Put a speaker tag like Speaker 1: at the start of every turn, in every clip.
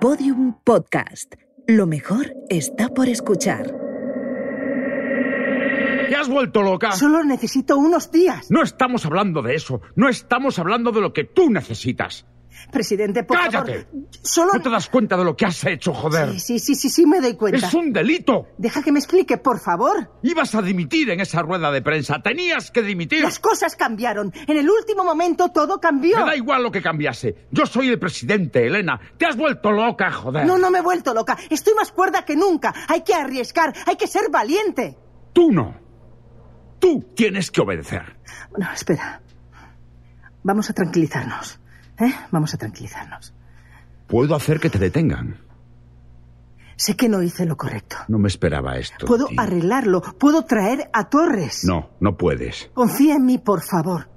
Speaker 1: Podium Podcast. Lo mejor está por escuchar.
Speaker 2: ¡Te has vuelto loca!
Speaker 3: Solo necesito unos días.
Speaker 2: No estamos hablando de eso. No estamos hablando de lo que tú necesitas.
Speaker 3: Presidente, por
Speaker 2: ¡Cállate!
Speaker 3: favor. Solo.
Speaker 2: ¿No te das cuenta de lo que has hecho, joder?
Speaker 3: Sí, sí, sí, sí, sí, me doy cuenta.
Speaker 2: ¡Es un delito!
Speaker 3: Deja que me explique, por favor.
Speaker 2: Ibas a dimitir en esa rueda de prensa. Tenías que dimitir.
Speaker 3: Las cosas cambiaron. En el último momento todo cambió.
Speaker 2: Me da igual lo que cambiase. Yo soy el presidente, Elena. Te has vuelto loca, joder.
Speaker 3: No, no me he vuelto loca. Estoy más cuerda que nunca. Hay que arriesgar, hay que ser valiente.
Speaker 2: Tú no. Tú tienes que obedecer.
Speaker 3: No, espera. Vamos a tranquilizarnos. ¿Eh? Vamos a tranquilizarnos.
Speaker 2: Puedo hacer que te detengan.
Speaker 3: Sé que no hice lo correcto.
Speaker 2: No me esperaba esto. de
Speaker 3: Puedo
Speaker 2: ti.
Speaker 3: arreglarlo. Puedo traer a Torres.
Speaker 2: No, no puedes.
Speaker 3: Confía en mí, por favor.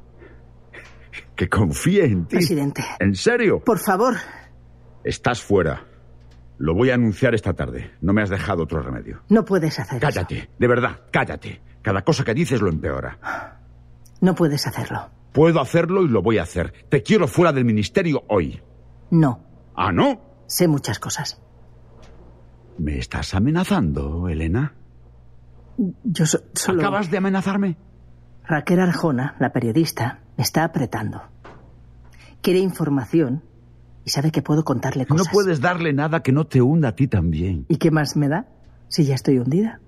Speaker 2: Que confíe en ti.
Speaker 3: Presidente.
Speaker 2: ¿En serio?
Speaker 3: Por favor.
Speaker 2: Estás fuera. Lo voy a anunciar esta tarde. No me has dejado otro remedio.
Speaker 3: No puedes hacer
Speaker 2: Cállate, de verdad, cállate. Cada cosa que dices lo empeora.
Speaker 3: eso. No puedes hacerlo.
Speaker 2: Puedo hacerlo y lo voy a hacer. Te quiero fuera del ministerio hoy.
Speaker 3: No.
Speaker 2: ¿Ah, no?
Speaker 3: Sé muchas cosas.
Speaker 2: ¿Me estás amenazando, Elena?
Speaker 3: Yo so- solo.
Speaker 2: ¿Acabas de amenazarme?
Speaker 3: Raquel Arjona, la periodista, me está apretando. Quiere información y sabe que puedo contarle
Speaker 2: No
Speaker 3: cosas.
Speaker 2: puedes darle nada que no te hunda a ti también.
Speaker 3: ¿Y qué más me da si ya estoy hundida?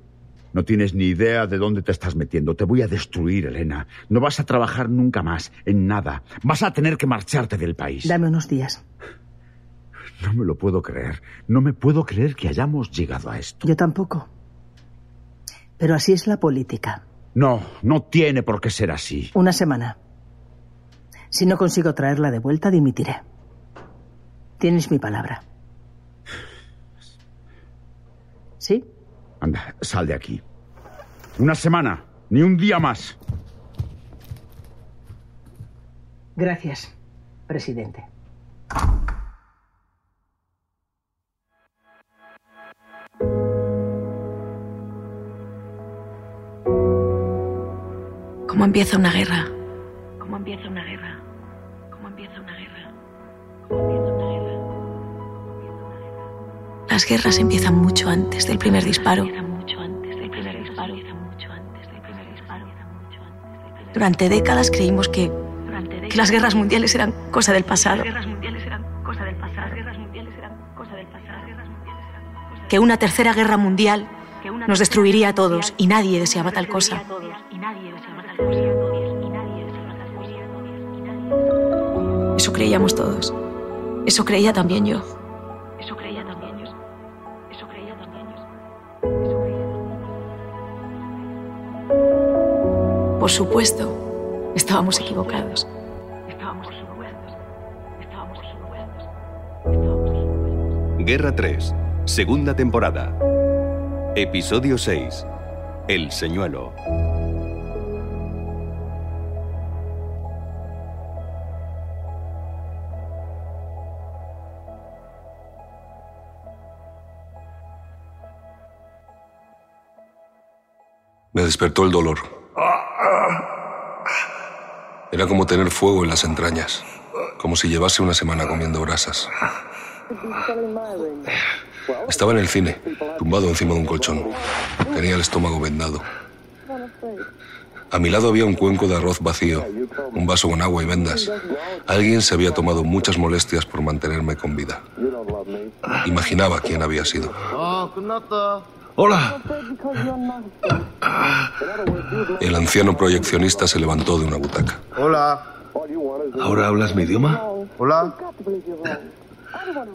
Speaker 2: No tienes ni idea de dónde te estás metiendo. Te voy a destruir, Elena. No vas a trabajar nunca más, en nada. Vas a tener que marcharte del país.
Speaker 3: Dame unos días.
Speaker 2: No me lo puedo creer. No me puedo creer que hayamos llegado a esto.
Speaker 3: Yo tampoco. Pero así es la política.
Speaker 2: No, no tiene por qué ser así.
Speaker 3: Una semana. Si no consigo traerla de vuelta, dimitiré. Tienes mi palabra. ¿Sí?
Speaker 2: Anda, sal de aquí. Una semana, ni un día más.
Speaker 3: Gracias, presidente.
Speaker 4: ¿Cómo empieza una guerra? ¿Cómo empieza una guerra? ¿Cómo empieza una guerra? ¿Cómo empieza una guerra? Las guerras empiezan mucho antes del primer disparo. Durante décadas creímos que, que las guerras mundiales eran cosa del pasado, que una tercera guerra mundial nos destruiría a todos y nadie deseaba tal cosa. Eso creíamos todos. Eso creía también yo. Eso creía también yo. Eso creía también yo. Por supuesto, estábamos equivocados. Estábamos equivocados. Estábamos equivocados. Estábamos equivocados.
Speaker 5: Guerra 3, segunda temporada. Episodio 6. El señuelo.
Speaker 6: Me despertó el dolor. Era como tener fuego en las entrañas, como si llevase una semana comiendo brasas. Estaba en el cine, tumbado encima de un colchón. Tenía el estómago vendado. A mi lado había un cuenco de arroz vacío, un vaso con agua y vendas. Alguien se había tomado muchas molestias por mantenerme con vida. Imaginaba quién había sido.
Speaker 7: Hola,
Speaker 6: El anciano proyeccionista se levantó de una butaca.
Speaker 7: hola,
Speaker 6: ¿Ahora hablas mi idioma?
Speaker 7: hola.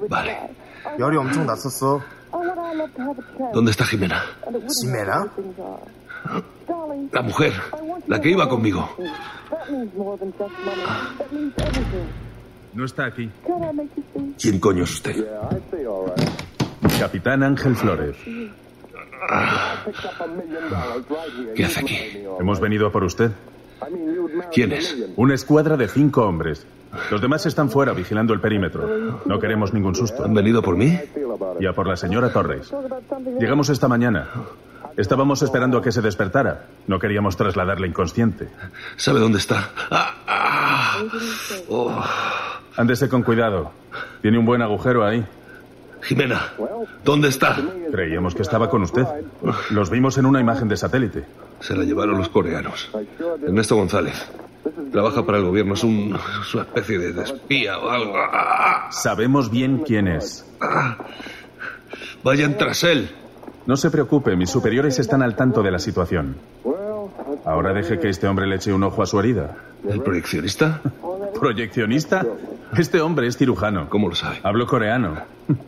Speaker 6: Vale.
Speaker 7: 열이 엄청 났었어.
Speaker 6: ¿Dónde está Jimena?
Speaker 7: Jimena?
Speaker 6: La mujer, la que iba conmigo.
Speaker 8: No está aquí.
Speaker 6: ¿Quién coño es usted?
Speaker 8: Capitán Ángel Flores.
Speaker 6: ¿Qué hace aquí?
Speaker 8: Hemos venido a por usted.
Speaker 6: ¿Quién es?
Speaker 8: Una escuadra de cinco hombres. Los demás están fuera vigilando el perímetro. No queremos ningún susto.
Speaker 6: ¿Han venido por mí?
Speaker 8: Y a por la señora Torres. Llegamos esta mañana. Estábamos esperando a que se despertara. No queríamos trasladarla inconsciente.
Speaker 6: ¿Sabe dónde está? ¡Ah! ¡Ah! Oh,
Speaker 8: Ándese con cuidado. Tiene un buen agujero ahí.
Speaker 9: Jimena, ¿dónde está?
Speaker 8: Creíamos que estaba con usted. Los vimos en una imagen de satélite.
Speaker 9: Se la llevaron los coreanos. Ernesto González. Trabaja para el gobierno, es un, es una especie de, de espía o algo. ¡Ah!
Speaker 8: Sabemos bien quién es.
Speaker 9: Vayan tras él.
Speaker 8: No se preocupe, mis superiores están al tanto de la situación. Ahora deje que este hombre le eche un ojo a su herida.
Speaker 9: ¿El proyeccionista?
Speaker 8: ¿Proyeccionista? Este hombre es cirujano.
Speaker 9: ¿Cómo lo sabe?
Speaker 8: Hablo coreano.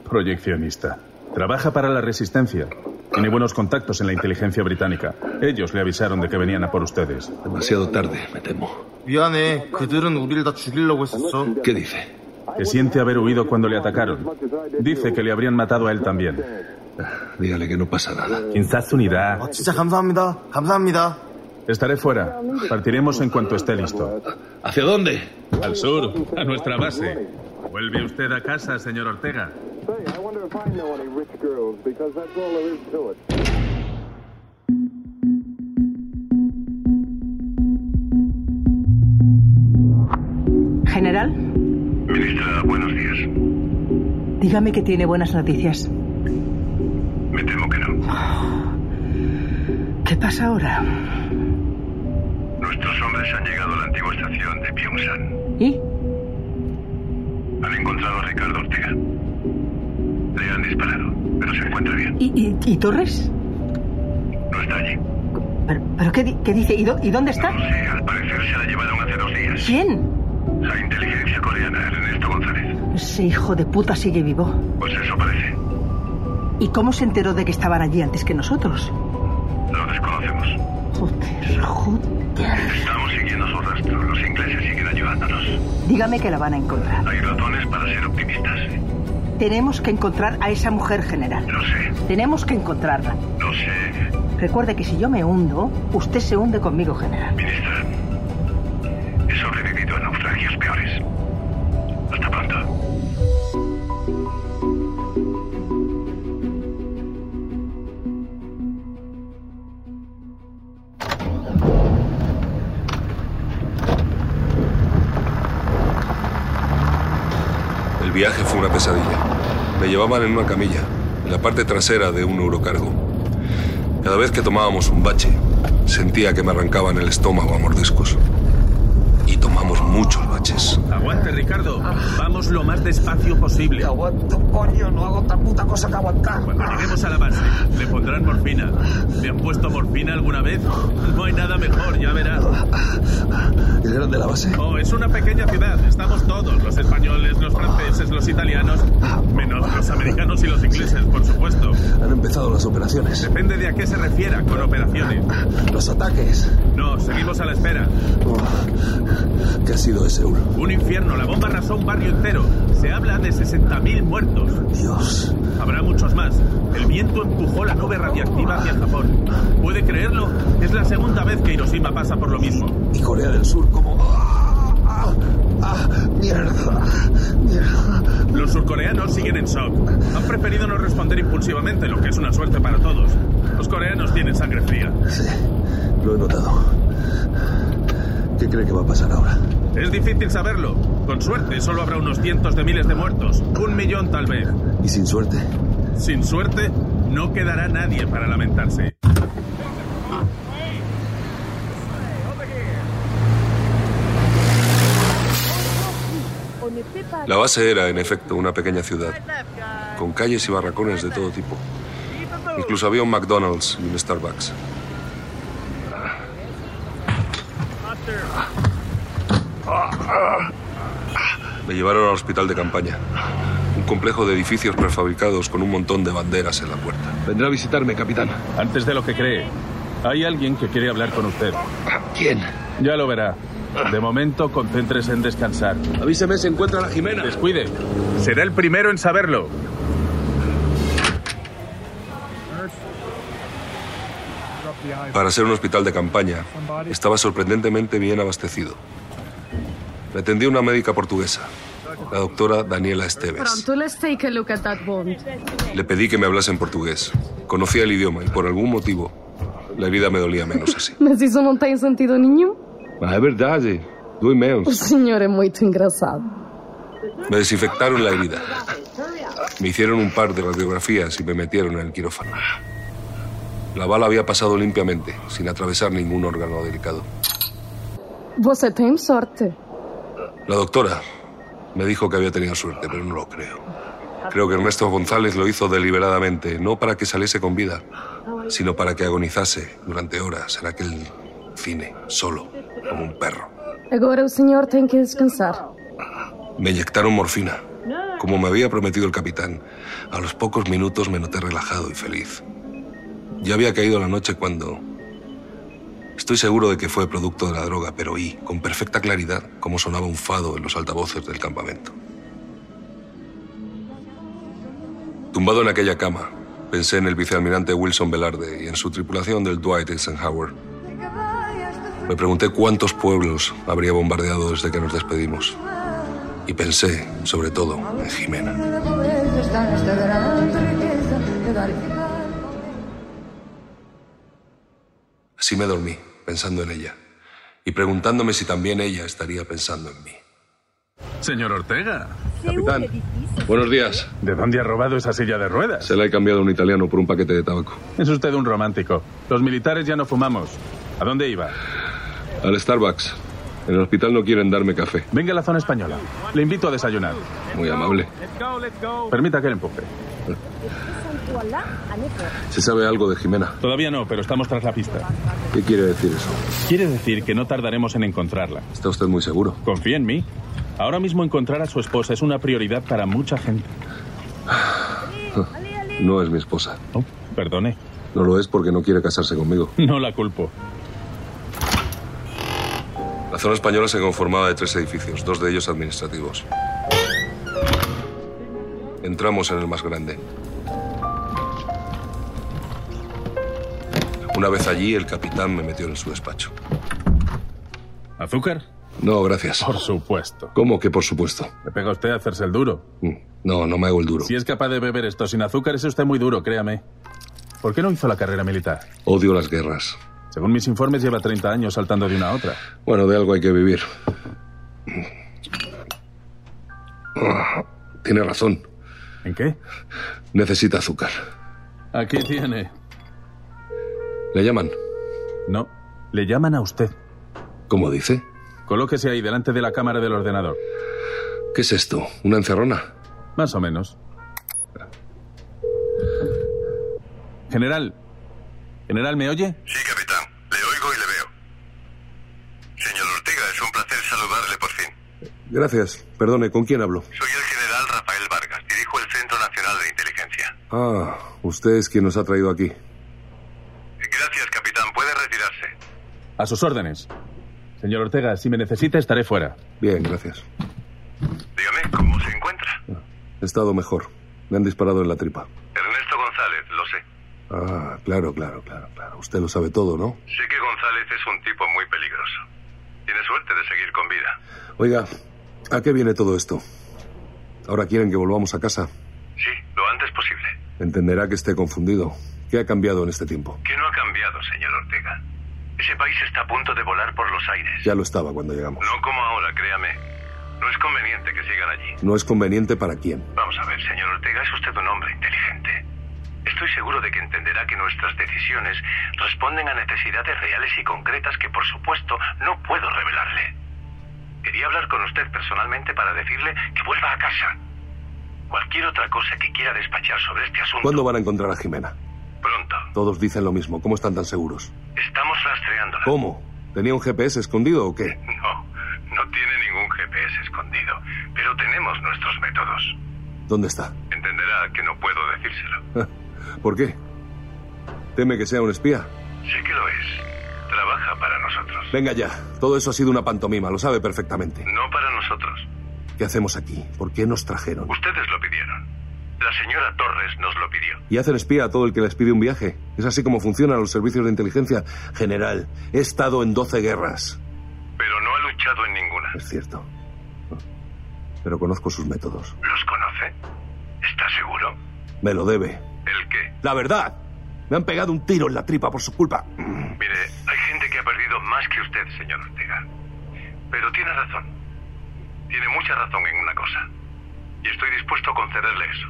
Speaker 8: Proyeccionista. Trabaja para la resistencia. Tiene buenos contactos en la inteligencia británica. Ellos le avisaron de que venían a por ustedes.
Speaker 9: Demasiado tarde, me temo.
Speaker 7: 미안해. 그들은 우리를 다 죽이려고 했었어.
Speaker 9: ¿Qué dice?
Speaker 8: Que siente haber huido cuando le atacaron. Dice que le habrían matado a él también.
Speaker 9: Dígale que no pasa nada.
Speaker 8: Quizás unidad.
Speaker 7: 아, 진짜 감사합니다. 감사합니다.
Speaker 8: Estaré fuera. Partiremos en cuanto esté listo.
Speaker 9: ¿Hacia dónde?
Speaker 8: Al sur, a nuestra base. Vuelve usted a casa, señor Ortega.
Speaker 3: General. Ministra, buenos días. Dígame que tiene buenas noticias. Me temo que no. ¿Qué pasa ahora?
Speaker 10: Nuestros hombres han llegado a la antigua estación de Pyongyang.
Speaker 3: ¿Y?
Speaker 10: Han encontrado a Ricardo Ortega. Le han disparado, pero se encuentra bien.
Speaker 3: ¿Y, y- y Torres?
Speaker 10: No está allí.
Speaker 3: ¿Pero, pero qué, di- qué dice? ¿Y, dó- y dónde está?
Speaker 10: No sé, al parecer se la llevaron hace dos días.
Speaker 3: ¿Quién?
Speaker 10: La inteligencia coreana, Ernesto González.
Speaker 3: Ese hijo de puta sigue vivo.
Speaker 10: Pues eso parece.
Speaker 3: ¿Y cómo se enteró de que estaban allí antes que nosotros?
Speaker 10: Lo desconocemos.
Speaker 3: Joder, joder.
Speaker 10: Estamos siguiendo su rastro. Los ingleses siguen ayudándonos.
Speaker 3: Dígame que la van a encontrar.
Speaker 10: Hay razones para ser optimistas.
Speaker 3: Tenemos que encontrar a esa mujer general.
Speaker 10: No sé,
Speaker 3: Tenemos que encontrarla.
Speaker 10: no sé,
Speaker 3: Recuerde que si yo me hundo, usted se hunde conmigo, general.
Speaker 10: ministra. He sobrevivido a naufragios peores. Hasta pronto.
Speaker 6: El viaje fue una pesadilla. Me llevaban en una camilla, en la parte trasera de un eurocargo. Cada vez que tomábamos un bache, sentía que me arrancaban el estómago a mordiscos. Y tomamos muchos baches.
Speaker 8: Aguante, Ricardo. Vamos lo más despacio posible.
Speaker 11: aguanto, coño, no hago otra puta cosa que aguantar.
Speaker 8: Cuando lleguemos a la base, le pondrán morfina. ¿Le han puesto morfina alguna vez? No hay nada mejor, ya verá.
Speaker 9: ¿Llegaron de la base?
Speaker 8: Oh, es una pequeña ciudad. Estamos todos, los españoles, los franceses, los italianos, menos los americanos y los ingleses, por supuesto.
Speaker 9: Han empezado las operaciones.
Speaker 8: Depende de a qué se refiera con operaciones.
Speaker 9: Los ataques.
Speaker 8: No, seguimos a la espera.
Speaker 9: ¿Qué ha sido ese euro?
Speaker 8: Un infierno, la bomba arrasó un barrio entero. Se habla de 60.000 muertos.
Speaker 9: Dios.
Speaker 8: Habrá muchos más. El viento empujó la nube radiactiva hacia Japón. ¿Puede creerlo? Es la segunda vez que Hiroshima pasa por lo mismo.
Speaker 9: Y Corea del Sur como... ¡Ah! ¡Ah! ¡Ah! ¡Mierda! ¡Mierda!
Speaker 8: Los surcoreanos siguen en shock. Han preferido no responder impulsivamente, lo que es una suerte para todos. Los coreanos tienen sangre fría.
Speaker 9: Sí, lo he notado. ¿Qué cree que va a pasar ahora?
Speaker 8: Es difícil saberlo. Con suerte solo habrá unos cientos de miles de muertos. Un millón tal vez.
Speaker 9: Y sin suerte.
Speaker 8: Sin suerte, no quedará nadie para lamentarse.
Speaker 6: La base era, en efecto, una pequeña ciudad, con calles y barracones de todo tipo. Incluso había un McDonald's y un Starbucks. Me llevaron al hospital de campaña, un complejo de edificios prefabricados con un montón de banderas en la puerta.
Speaker 9: Vendrá a visitarme, capitán.
Speaker 8: Antes de lo que cree, hay alguien que quiere hablar con usted.
Speaker 9: ¿Quién?
Speaker 8: Ya lo verá. De momento, concéntrese en descansar.
Speaker 9: Avíseme si encuentra a la Jimena.
Speaker 8: Descuide. Será el primero en saberlo.
Speaker 6: Para ser un hospital de campaña, estaba sorprendentemente bien abastecido. Me atendió una médica portuguesa, la doctora Daniela Esteves.
Speaker 11: let's take a look at that bomb.
Speaker 6: Le pedí que me hablase en portugués. Conocía el idioma y por algún motivo la herida me dolía menos así.
Speaker 11: Mas isso não tem sentido nenhum.
Speaker 9: Ah, es verdad. Doy menos.
Speaker 11: senhor é muito engraçado.
Speaker 6: Me desinfectaron la herida. Me hicieron un par de radiografías y me metieron en el quirófano. La bala había pasado limpiamente, sin atravesar ningún órgano delicado.
Speaker 11: Você tem sorte.
Speaker 6: La doctora me dijo que había tenido suerte, pero no lo creo. Creo que Ernesto González lo hizo deliberadamente, no para que saliese con vida, sino para que agonizase durante horas en aquel cine, solo, como un perro.
Speaker 11: Agora o senhor tem que descansar.
Speaker 6: Me inyectaron morfina, como me había prometido el capitán. A los pocos minutos me noté relajado y feliz. Ya había caído la noche cuando... Estoy seguro de que fue producto de la droga, pero oí con perfecta claridad cómo sonaba un fado en los altavoces del campamento. Tumbado en aquella cama, pensé en el vicealmirante Wilson Velarde y en su tripulación del Dwight Eisenhower. Me pregunté cuántos pueblos habría bombardeado desde que nos despedimos. Y pensé, sobre todo, en Jimena. Así me dormí, pensando en ella, y preguntándome si también ella estaría pensando en mí.
Speaker 8: Señor Ortega.
Speaker 9: Capitán, buenos días.
Speaker 8: ¿De dónde ha robado esa silla de ruedas?
Speaker 9: Se la he cambiado a un italiano por un paquete de tabaco.
Speaker 8: Es usted un romántico. Los militares ya no fumamos. ¿A dónde iba?
Speaker 9: Al Starbucks. En el hospital no quieren darme café.
Speaker 8: Venga a la zona española. Le invito a desayunar.
Speaker 9: Muy amable.
Speaker 8: Permita que le empuje.
Speaker 9: ¿Se sabe algo de Jimena?
Speaker 8: Todavía no, pero estamos tras la pista.
Speaker 9: ¿Qué quiere decir eso?
Speaker 8: Quiere decir que no tardaremos en encontrarla.
Speaker 9: ¿Está usted muy seguro?
Speaker 8: Confía en mí. Ahora mismo encontrar a su esposa es una prioridad para mucha gente.
Speaker 9: No es mi esposa.
Speaker 8: Oh, perdone.
Speaker 9: No lo es porque no quiere casarse conmigo.
Speaker 8: No la culpo.
Speaker 6: La zona española se conformaba de tres edificios, dos de ellos administrativos. Entramos en el más grande. Una vez allí, el capitán me metió en su despacho.
Speaker 8: ¿Azúcar?
Speaker 9: No, gracias.
Speaker 8: Por supuesto.
Speaker 9: ¿Cómo que por supuesto? Mm.
Speaker 8: Le pega usted a hacerse el duro.
Speaker 9: No, no me hago el duro.
Speaker 8: Si es capaz de beber esto sin azúcar, es usted muy duro, créame. ¿Por qué no hizo la carrera militar?
Speaker 9: Odio las guerras.
Speaker 8: Según mis informes, lleva 30 años saltando de una a otra.
Speaker 9: Bueno, de algo hay que vivir. Mm. Tiene razón.
Speaker 8: ¿En qué?
Speaker 9: Necesita azúcar.
Speaker 8: Aquí tiene.
Speaker 9: ¿Le llaman?
Speaker 8: No, le llaman a usted.
Speaker 9: ¿Cómo dice?
Speaker 8: Colóquese ahí delante de la cámara del ordenador.
Speaker 9: ¿Qué es esto? ¿Una encerrona?
Speaker 8: Más o menos. General. General, ¿me oye?
Speaker 10: Sí, capitán. Le oigo y le veo. Señor Ortega, es un placer saludarle por fin.
Speaker 9: Gracias. Perdone, ¿con quién hablo?
Speaker 10: Soy el general Rafael Vargas. Dirijo el Centro Nacional de Inteligencia.
Speaker 9: Ah, usted es quien nos ha traído aquí.
Speaker 10: Gracias, capitán. Puede retirarse.
Speaker 8: A sus órdenes. Señor Ortega, si me necesita, estaré fuera.
Speaker 9: Bien, gracias.
Speaker 10: Dígame, ¿cómo se encuentra?
Speaker 9: He estado mejor. Me han disparado en la tripa.
Speaker 10: Ernesto González, lo sé.
Speaker 9: Ah, claro, claro, claro, claro. Usted lo sabe todo, ¿no?
Speaker 10: Sé que González es un tipo muy peligroso. Tiene suerte de seguir con vida.
Speaker 9: Oiga, ¿a qué viene todo esto? ¿Ahora quieren que volvamos a casa?
Speaker 10: Sí, lo antes posible.
Speaker 9: Entenderá que esté confundido. ¿Qué ha cambiado en este tiempo?
Speaker 10: ¿Qué no ha cambiado, señor Ortega? Ese país está a punto de volar por los aires.
Speaker 9: Ya lo estaba cuando llegamos.
Speaker 10: No como ahora, créame. No es conveniente que sigan allí.
Speaker 9: No es conveniente para quién.
Speaker 10: Vamos a ver, señor Ortega, es usted un hombre inteligente. Estoy seguro de que entenderá que nuestras decisiones responden a necesidades reales y concretas que, por supuesto, no puedo revelarle. Quería hablar con usted personalmente para decirle que vuelva a casa. Cualquier otra cosa que quiera despachar sobre este asunto.
Speaker 9: ¿Cuándo van a encontrar a Jimena?
Speaker 10: Pronto.
Speaker 9: Todos dicen lo mismo. ¿Cómo están tan seguros?
Speaker 10: Estamos rastreándola.
Speaker 9: ¿Cómo? ¿Tenía un GPS escondido o qué?
Speaker 10: No, no tiene ningún GPS escondido, pero tenemos nuestros métodos.
Speaker 9: ¿Dónde está?
Speaker 10: Entenderá que no puedo decírselo.
Speaker 9: ¿Por qué? ¿Teme que sea un espía?
Speaker 10: Sé que lo es. Pues, Trabaja para nosotros.
Speaker 9: Venga ya. Todo eso ha sido una pantomima, lo sabe perfectamente.
Speaker 10: No para nosotros.
Speaker 9: ¿Qué hacemos aquí? ¿Por qué nos trajeron?
Speaker 10: Ustedes lo pidieron. La señora Torres nos lo pidió.
Speaker 9: Y hacen espía a todo el que les pide un viaje. Es así como funcionan los servicios de inteligencia. General, he estado en 12 guerras.
Speaker 10: Pero no ha luchado en ninguna.
Speaker 9: Es cierto. Pero conozco sus métodos.
Speaker 10: ¿Los conoce? ¿Está seguro?
Speaker 9: Me lo debe.
Speaker 10: ¿El qué?
Speaker 9: La verdad. Me han pegado un tiro en la tripa por su culpa.
Speaker 10: Mire, Eh, hay gente que ha perdido más que usted, señor Ortega. Pero tiene razón. Tiene mucha razón en una cosa. Y estoy dispuesto a concederle eso.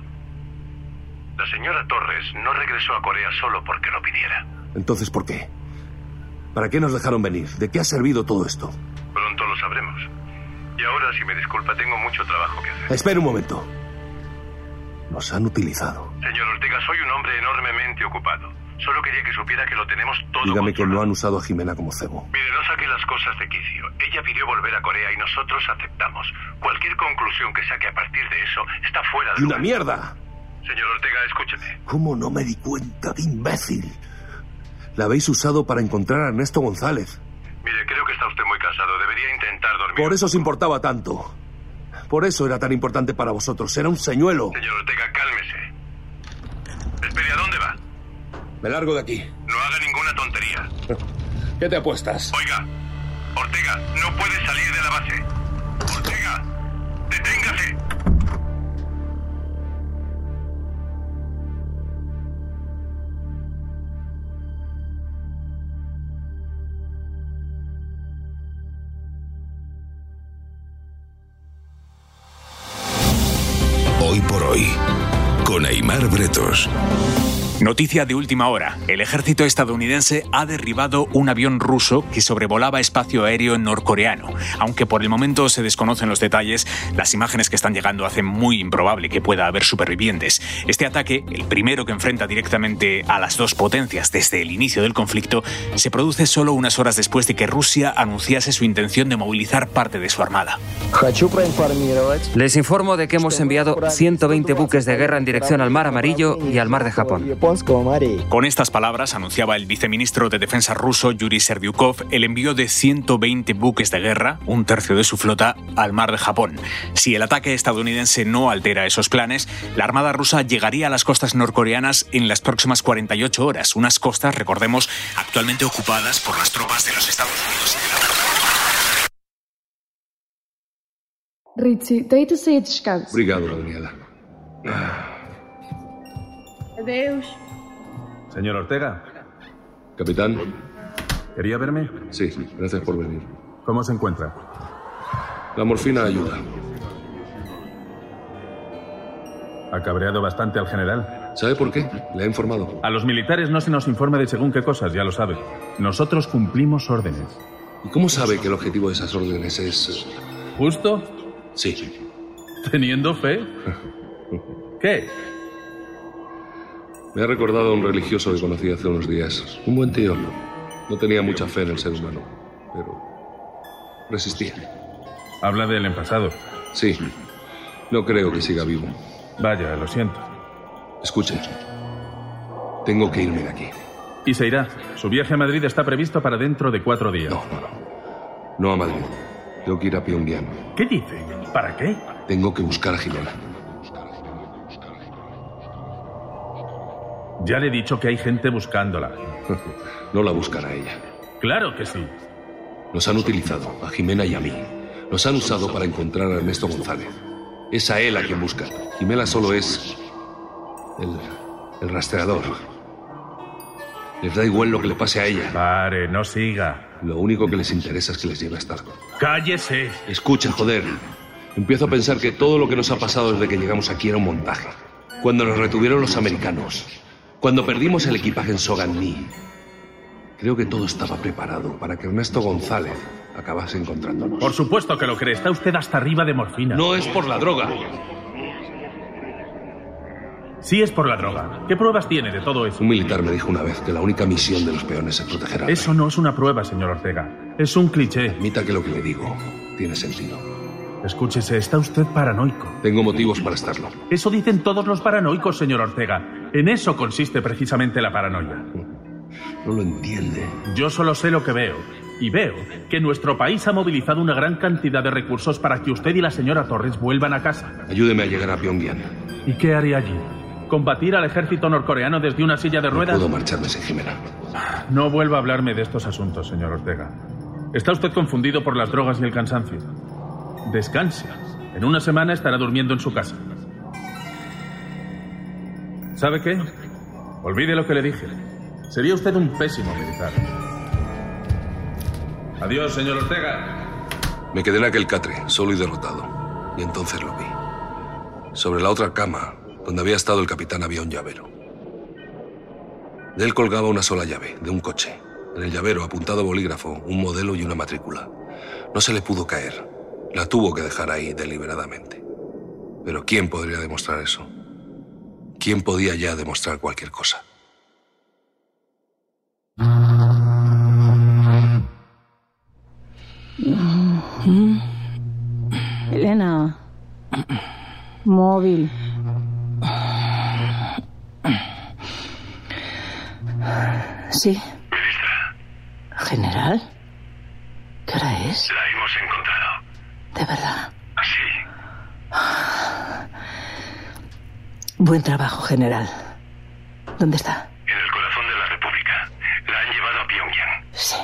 Speaker 10: La señora Torres no regresó a Corea solo porque lo pidiera.
Speaker 9: Entonces, ¿por qué? ¿Para qué nos dejaron venir? ¿De qué ha servido todo esto?
Speaker 10: Pronto lo sabremos. Y ahora, si me disculpa, tengo mucho trabajo que hacer.
Speaker 9: Espera un momento. Nos han utilizado.
Speaker 10: Señor Ortega, soy un hombre enormemente ocupado. Solo quería que supiera que lo tenemos todo.
Speaker 9: Dígame que no han usado a Jimena como cebo.
Speaker 10: Mire, no saque las cosas de quicio. Ella pidió volver a Corea y nosotros aceptamos. Cualquier conclusión que saque a partir de eso está fuera de
Speaker 9: ¡Y una
Speaker 10: lugar.
Speaker 9: mierda!
Speaker 10: Señor Ortega, escúcheme.
Speaker 9: ¿Cómo no me di cuenta? ¡Qué imbécil! La habéis usado para encontrar a Ernesto González.
Speaker 10: Mire, creo que está usted muy casado. Debería intentar dormir.
Speaker 9: Por eso os importaba tanto. Por eso era tan importante para vosotros. Era un señuelo.
Speaker 10: Señor Ortega, cálmese. Espere, ¿a dónde va?
Speaker 9: Me largo de aquí.
Speaker 10: No haga ninguna tontería.
Speaker 9: ¿Qué te apuestas?
Speaker 10: Oiga, Ortega, no puede salir de la base. Ortega, deténgase.
Speaker 12: Hoy por hoy, con Aymar Bretos.
Speaker 2: Noticia de última hora. El ejército estadounidense ha derribado un avión ruso que sobrevolaba espacio aéreo norcoreano. Aunque por el momento se desconocen los detalles, las imágenes que están llegando hacen muy improbable que pueda haber supervivientes. Este ataque, el primero que enfrenta directamente a las dos potencias desde el inicio del conflicto, se produce solo unas horas después de que Rusia anunciase su intención de movilizar parte de su armada.
Speaker 3: Les informo de que hemos enviado 120 buques de guerra en dirección al Mar Amarillo y al Mar de Japón.
Speaker 2: Con estas palabras anunciaba el viceministro de Defensa ruso Yuri Serdyukov el envío de 120 buques de guerra, un tercio de su flota, al mar de Japón. Si el ataque estadounidense no altera esos planes, la Armada rusa llegaría a las costas norcoreanas en las próximas 48 horas, unas costas, recordemos, actualmente ocupadas por las tropas de los Estados Unidos y de la
Speaker 1: Richie, deita-se e descanse.
Speaker 9: Obrigado, Gabriela.
Speaker 1: Adeus.
Speaker 8: Señor Ortega,
Speaker 9: Capitán.
Speaker 8: ¿quería verme?
Speaker 9: Sí, gracias por venir.
Speaker 8: ¿Cómo se encuentra?
Speaker 9: La morfina ayuda.
Speaker 8: Ha cabreado bastante al general.
Speaker 9: ¿Sabe por qué? Le he informado.
Speaker 8: A los militares no se nos informa de según qué cosas, ya lo sabe. Nosotros cumplimos órdenes.
Speaker 9: ¿Y cómo sabe que el objetivo de esas órdenes es...
Speaker 8: ¿Justo?
Speaker 9: Sí.
Speaker 8: ¿Teniendo fe? ¿Qué?
Speaker 9: Me ha recordado a un religioso que conocí hace unos días. Un buen tío. No tenía mucha fe en el ser humano, pero resistía.
Speaker 8: Habla del en pasado.
Speaker 9: Sí. No creo que siga vivo.
Speaker 8: Vaya, lo siento.
Speaker 9: Escuche. Tengo que irme de aquí.
Speaker 8: Y se irá. Su viaje a Madrid está previsto para dentro de cuatro días.
Speaker 9: No a Madrid. Tengo que ir a Pyongyang.
Speaker 8: ¿Qué dice? ¿Para qué?
Speaker 9: Tengo que buscar a Jimena.
Speaker 8: Ya le he dicho que hay gente buscándola.
Speaker 9: No la buscará ella.
Speaker 8: Claro que sí.
Speaker 9: Nos han utilizado, a Jimena y a mí. Nos han usado para encontrar a Ernesto González. Es a él a quien busca. Jimena solo es. el. el rastreador. Les da igual lo que le pase a ella.
Speaker 8: Pare, no siga.
Speaker 9: Lo único que les interesa es que les lleve hasta.
Speaker 8: ¡Cállese!
Speaker 9: Escucha, joder. Empiezo a pensar que todo lo que nos ha pasado desde que llegamos aquí era un montaje. Cuando nos retuvieron los americanos. Cuando perdimos el equipaje en Soganí. Creo que todo estaba preparado para que Ernesto González acabase encontrándonos.
Speaker 8: Por supuesto que lo cree. Está usted hasta arriba de morfina.
Speaker 9: No es por la droga.
Speaker 8: Sí es por la droga. ¿Qué pruebas tiene de todo eso?
Speaker 9: Un militar me dijo una vez que la única misión de los peones es proteger a...
Speaker 8: Eso no es una prueba, señor Ortega. Es un cliché.
Speaker 9: Admita que lo que le digo tiene sentido.
Speaker 8: Escúchese, está usted paranoico.
Speaker 9: Tengo motivos para estarlo.
Speaker 8: Eso dicen todos los paranoicos, señor Ortega. En eso consiste precisamente la paranoia.
Speaker 9: No lo entiende.
Speaker 8: Yo solo sé lo que veo. Y veo que nuestro país ha movilizado una gran cantidad de recursos para que usted y la señora Torres vuelvan a casa.
Speaker 9: Ayúdeme a llegar a Pyongyang.
Speaker 8: ¿Y qué haría allí? ¿Combatir al ejército norcoreano desde una silla de ruedas?
Speaker 9: Puedo marcharme sin Jimena.
Speaker 8: No vuelva a hablarme de estos asuntos, señor Ortega. Está usted confundido por las drogas y el cansancio. Descanse. En una semana estará durmiendo en su casa. ¿Sabe qué? Olvide lo que le dije. Sería usted un pésimo militar. Adiós, señor Ortega.
Speaker 13: Me quedé en aquel catre, solo y derrotado. Y entonces lo vi. Sobre la otra cama,
Speaker 9: Donde había estado el capitán había un llavero. De él colgaba una sola llave, de un coche. En el llavero, apuntado a bolígrafo, un modelo y una matrícula. No se le pudo caer. La tuvo que dejar ahí deliberadamente. Pero ¿quién podría demostrar eso? ¿Quién podía ya demostrar cualquier cosa?
Speaker 3: Elena. Móvil. Sí. General. ¿Qué hora es?
Speaker 10: La hemos encontrado.
Speaker 3: De verdad.
Speaker 10: Así.
Speaker 14: Buen trabajo, general. ¿Dónde está?
Speaker 10: En el corazón de la República. La han llevado a Pyongyang.
Speaker 14: Sí.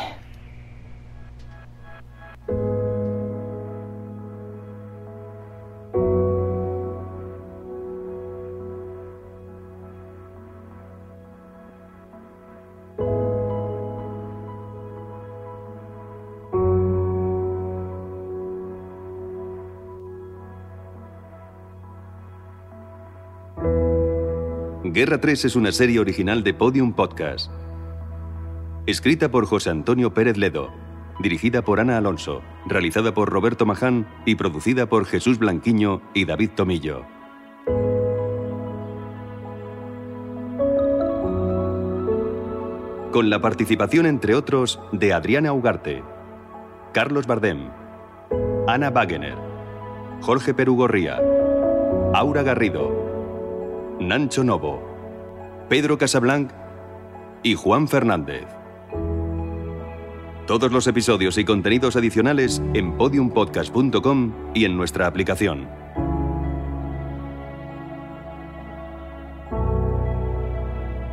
Speaker 5: Guerra 3 es una serie original de Podium Podcast. Escrita por José Antonio Pérez Ledo. Dirigida por Ana Alonso. Realizada por Roberto Maján y producida por Jesús Blanquiño y David Tomillo. Con la participación, entre otros, de Adriana Ugarte, Carlos Bardem, Ana Wagener, Jorge Perugorría, Aura Garrido. Nancho Novo, Pedro Casablanc y Juan Fernández. Todos los episodios y contenidos adicionales en podiumpodcast.com y en nuestra aplicación.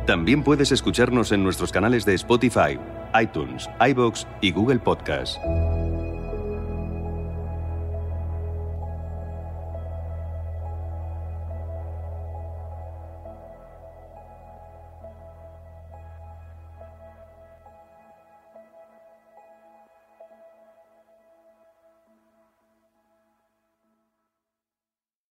Speaker 5: También puedes escucharnos en nuestros canales de Spotify, iTunes, iBox y Google Podcast.